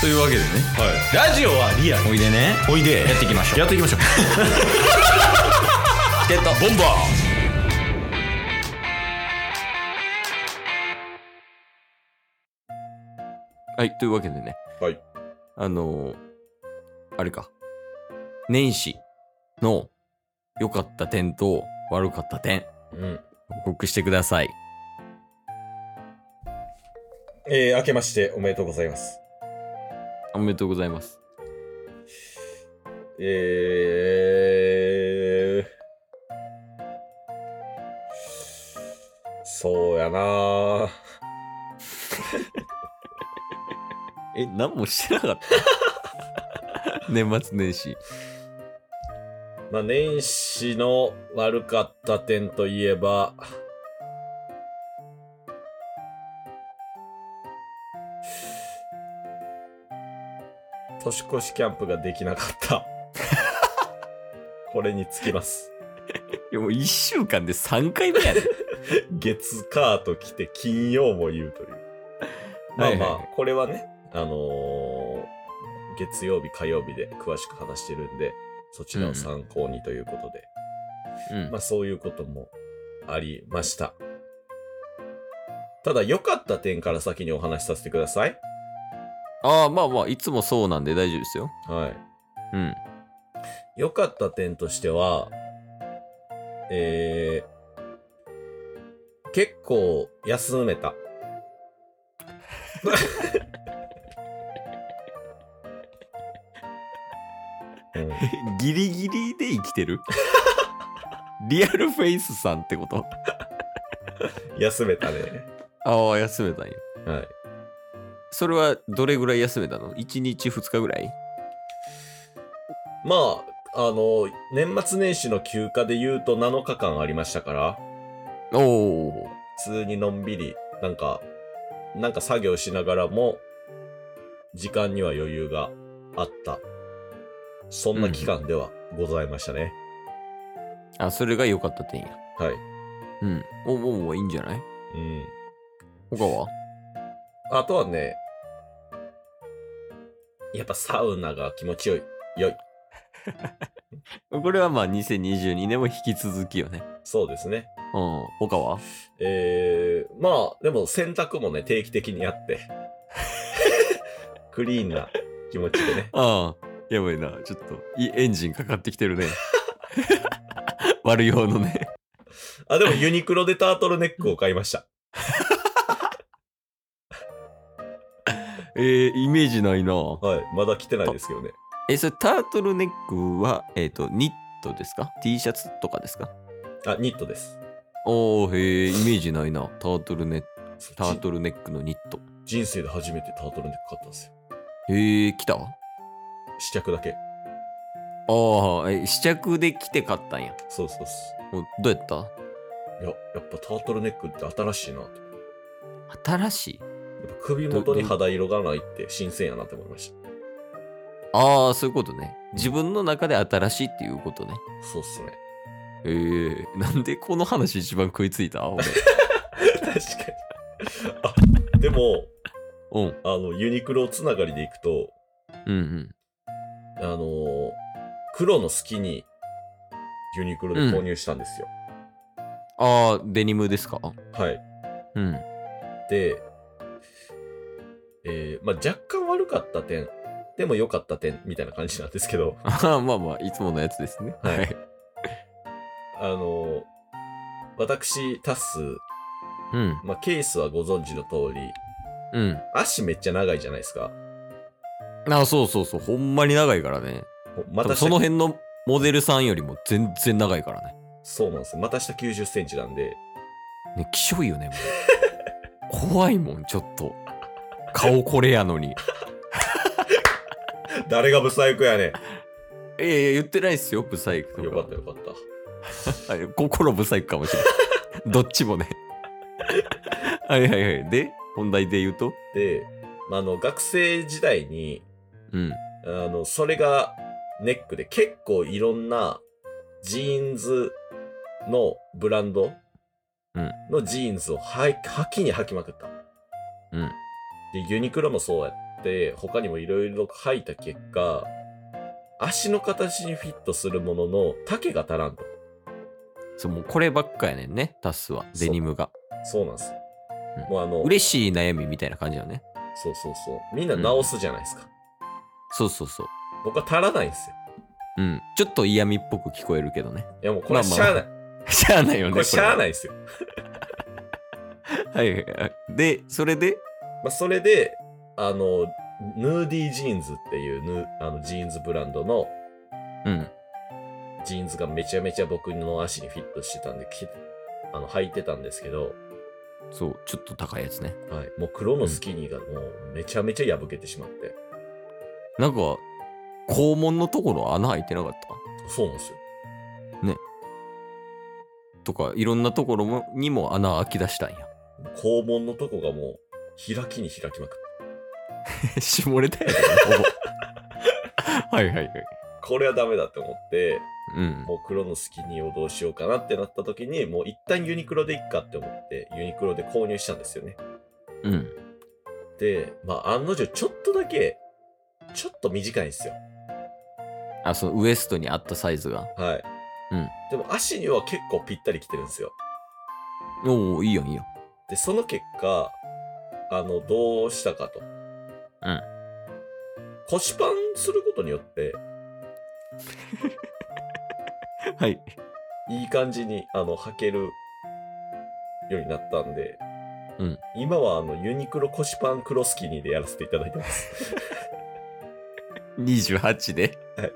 というわけでねラジオはリアルおいでねおいでやっていきましょうやっていきましょう チケットボンバーはいというわけでねはいあのーあれか年始の良かった点と悪かった点うん報告してくださいえー、明けましておめでとうございますおめでとうございますえー、そうやなぁえ何もしてなかった 年末年始まあ年始の悪かった点といえば年越しキャンプができなかったこれにつきますいやもう1週間で3回目やね月カーと来て金曜も言うという。まあまあ、 はいはいこれはね、あのー月曜日、火曜日で詳しく話してるんで、そちらを参考にということで、うんまあそういうこともありました。ただ良かった点から先にお話しさせてください。ああまあまあいつもそうなんで大丈夫ですよはい。うん良かった点としては、えー、結構休めた。うんギリギリで生きてる リアルフェイスさんってこと休めたね。ああ、休めたんや。はい。それはどれぐらい休めたの ?1 日2日ぐらいまあ、あの、年末年始の休暇で言うと7日間ありましたから、おお。普通にのんびり、なんか、なんか作業しながらも、時間には余裕があった。そんな期間ではございましたね。あ、それが良かった点や。はい。うん。おおお、いいんじゃないうん。他はあとはね、やっぱサウナが気持ちよい。良い。これはまあ2022年も引き続きよね。そうですね。うん。他はえー、まあ、でも洗濯もね、定期的にやって。クリーンな気持ちでね。ああ、やばいな。ちょっと、いエンジンかかってきてるね。 悪用のね。 あ、でもユニクロでタートルネックを買いました。えー、イメージないな。はい。まだ着てないですけどね。え、それタートルネックは、えっ、と、ニットですか ?T シャツとかですかあ、ニットです。おおへえ、イメージないな。タートルネック、タール。トルネックのニット。人生で初めてタートルネック買ったんですよ。へえ、来たあ試着だけ。あ、え試着で来て買ったんや。そうそうそおどうやったう。いや、やっぱタートルネックって新しいなって。新しいやっぱ首元に肌色がないって新鮮やなって思いました。ああ、そういうことね。自分の中で新しいっていうことね。そうっすね。えー、なんでこの話一番食いついた俺。 確かに。あ、でも、うん、あの、ユニクロつながりでいくと、うん、うん。あのー黒のスキニー、ユニクロで購入したんですよ。ああ、デニムですかはい。うん。 で、えーまあ若干悪かった点、でも良かった点、みたいな感じなんですけど、あーまあまあ、いつものやつですね。はいはい。あのー私、タス、うん、まあケースはご存知の通り、うん。足めっちゃ長いじゃないですか。あーそうそうそう、ほんまに長いからね。ほ多ま分たその辺のモデルさんよりも全然長いからね。そうなんですよ。また下90センチなんで、ね、きしょいよね、もう。 怖いもん、ちょっと。顔これやのに。 誰がブサイクやねいやいや、言ってないっすよ、ブサイクとん。か。よかったよかった。はい心ブサイクかもしれない。 どっちもね。はいはいはい。で、本題で言うとで、まあ、あの、学生時代に、うん。あの、それがネックで結構いろんなジーンズのブランドうんのジーンズをは、はきに履きまくった。うんで、ユニクロもそうやって、他にもいろいろ吐いた結果、足の形にフィットするものの丈が足らんと。そう、もうこればっかやねんね、タスは。デニムが。そうなんですようん。もうあの、嬉しい悩みみたいな感じだよね。そうそうそう。みんな直すじゃないですか。そうそうそう。僕は足らないんですよ。うん。ちょっと嫌味っぽく聞こえるけどね。 いやもうこれはまあまあしゃあない。しゃあないよね。。これしゃあないいですよ。はいはいはい。で、それで、まあ、それで、あの、ヌーディージーンズっていうヌあのジーンズブランドのうん。ジーンズがめちゃめちゃ僕の足にフィットしてたんで、きあの、履いてたんですけど、そう、ちょっと高いやつね。はい。もう黒のスキニーがもうめちゃめちゃ破けてしまって。なんか、肛門のところ穴開いてなかっそうなんですよ。たとか、いろんなところもにも穴開き出したんや。 肛門のとこがもう開きに開きまくって。絞れたやん。ほぼ はいはいはい。これはダメだって思って、うん。もう黒のスキニーをどうしようかなってなった時に、もう一旦ユニクロでいっかって思って、ユニクロで購入したんですよね。うん。で、まあ案の定ちょっとだけ、ちょっと短いんですよ。あ、そのウエストに合ったサイズが。はい。うん。でも足には結構ぴったりきてるんですよ。おおいいよいいよ。で、その結果、あの、どうしたかと。うん。腰パンすることによって、はい。いい感じに、あの、履けるようになったんで、うん。今は、あの、ユニクロ腰パンクロスキニーでやらせていただいてます。 28で。はい。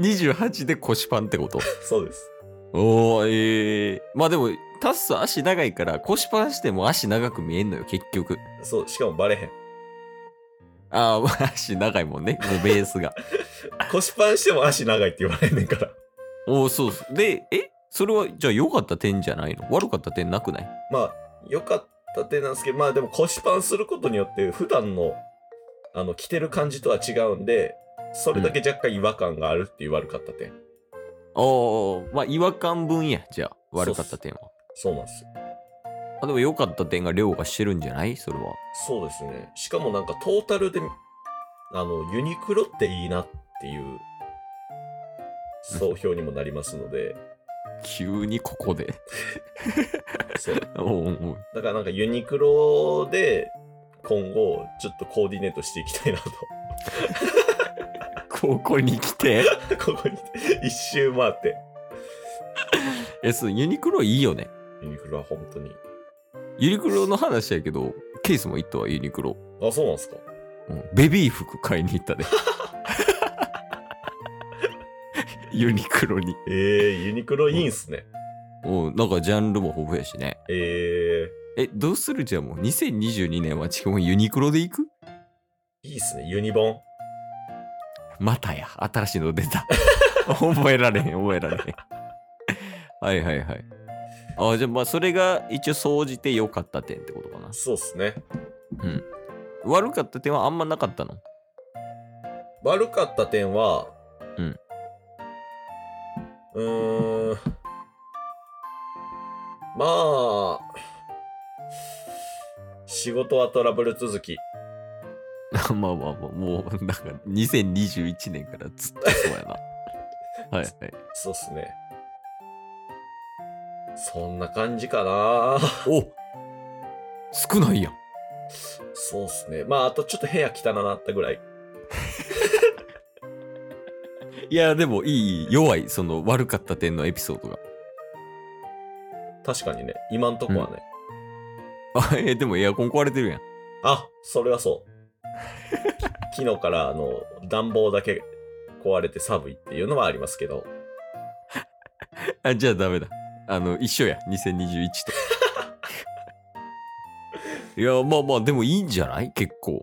28で腰パンってことそうです。おー、ええまあでも、タッス足長いから腰パンしても足長く見えんのよ、結局。そう、しかも バレへん。ああ、足長いもんね、もうベースが。 腰パンしても足長いって言われんねんから。おー、そうそう。で、えそれは、じゃあ良かった点じゃないの悪かった点なくないまあ、良かった点なんですけど、まあでも腰パンすることによって、普段の、あの、着てる感じとは違うんで、それだけ若干違和感があるっていう悪かった点。おー、まあ違和感分や、じゃあ、悪かった点は。そうなんですよ。あでも良かった点が凌駕してるんじゃないそれは。そうですね。しかもなんかトータルで、あの、ユニクロっていいなっていう、総評にもなりますので、急にここで。 そう。おーおーおーだからなんかユニクロで、今後、ちょっとコーディネートしていきたいなと。ここに来て。ここに一周回って。え、そう、ユニクロいいよね。ユニクロは本当に。ユニクロの話やけど、ケースも行ったわ、ユニクロ。あ、そうなんですかうんベビー服買いに行った で。ユニクロに。ええユニクロいいんすね。うん、なんかジャンルも豊富やしね。えええ、どうするじゃあもう2022年は基本ユニクロで行くいいっすね。ユニボン。またや、新しいの出 た。覚えられへん、覚えられへん。はいはいはい。あ、じゃあまあそれが一応総じて良かった点ってことかな。そうっすね。うん。悪かった点はあんまなかったの悪かった点は、うん。うーん。まあ、仕事はトラブル続き。 まあまあまあ、もう、なんか、2021年からずっとそう やな。はいはい。そうっすね。そんな感じかな。 お少ないやん。そうっすね。まあ、あとちょっと部屋汚なったぐらい。いや、でもいい、弱い、その悪かった点のエピソードが。確かにね、今んとこはね。あ、え、でもエアコン壊れてるやん。あ、それはそう。昨日から、あの、暖房だけ壊れて寒いっていうのはありますけど。あ、じゃあダメだ。あの、一緒や、2021と。いや、まあまあ、でもいいんじゃない結構。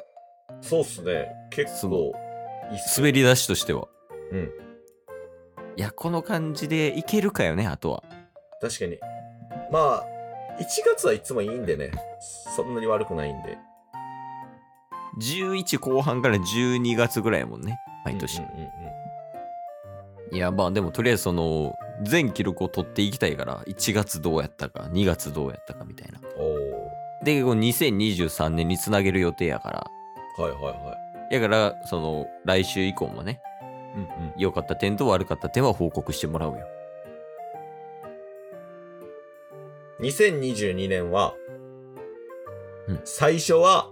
そうっすね。結その構、いいっすね滑り出しとしては。うん。いや、この感じでいけるかよね、あとは。確かに。まあ、1月はいつもいいんでね。そんなに悪くないんで。 11後半から12月ぐらいやもんね、毎年。うんうんうんうんいやまあでもとりあえずその全記録を取っていきたいから1月どうやったか2月どうやったかみたいな。おーでこう2023年につなげる予定やからはいはやから、その、来週以降もね、いはい。うんうん。良かった点と悪かった点は報告してもらうよ。 2022年は、うん最初は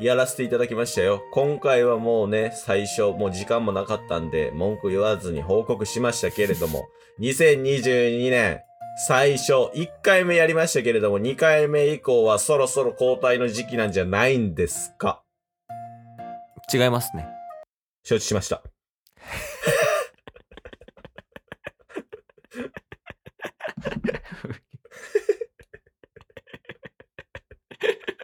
やらせていただきましたよ。今回はもうね、最初、もう時間もなかったんで、文句言わずに報告しましたけれども、2022年、最初、1回目やりましたけれども、2回目以降はそろそろ交代の時期なんじゃないんですか違いますね。承知しました。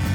す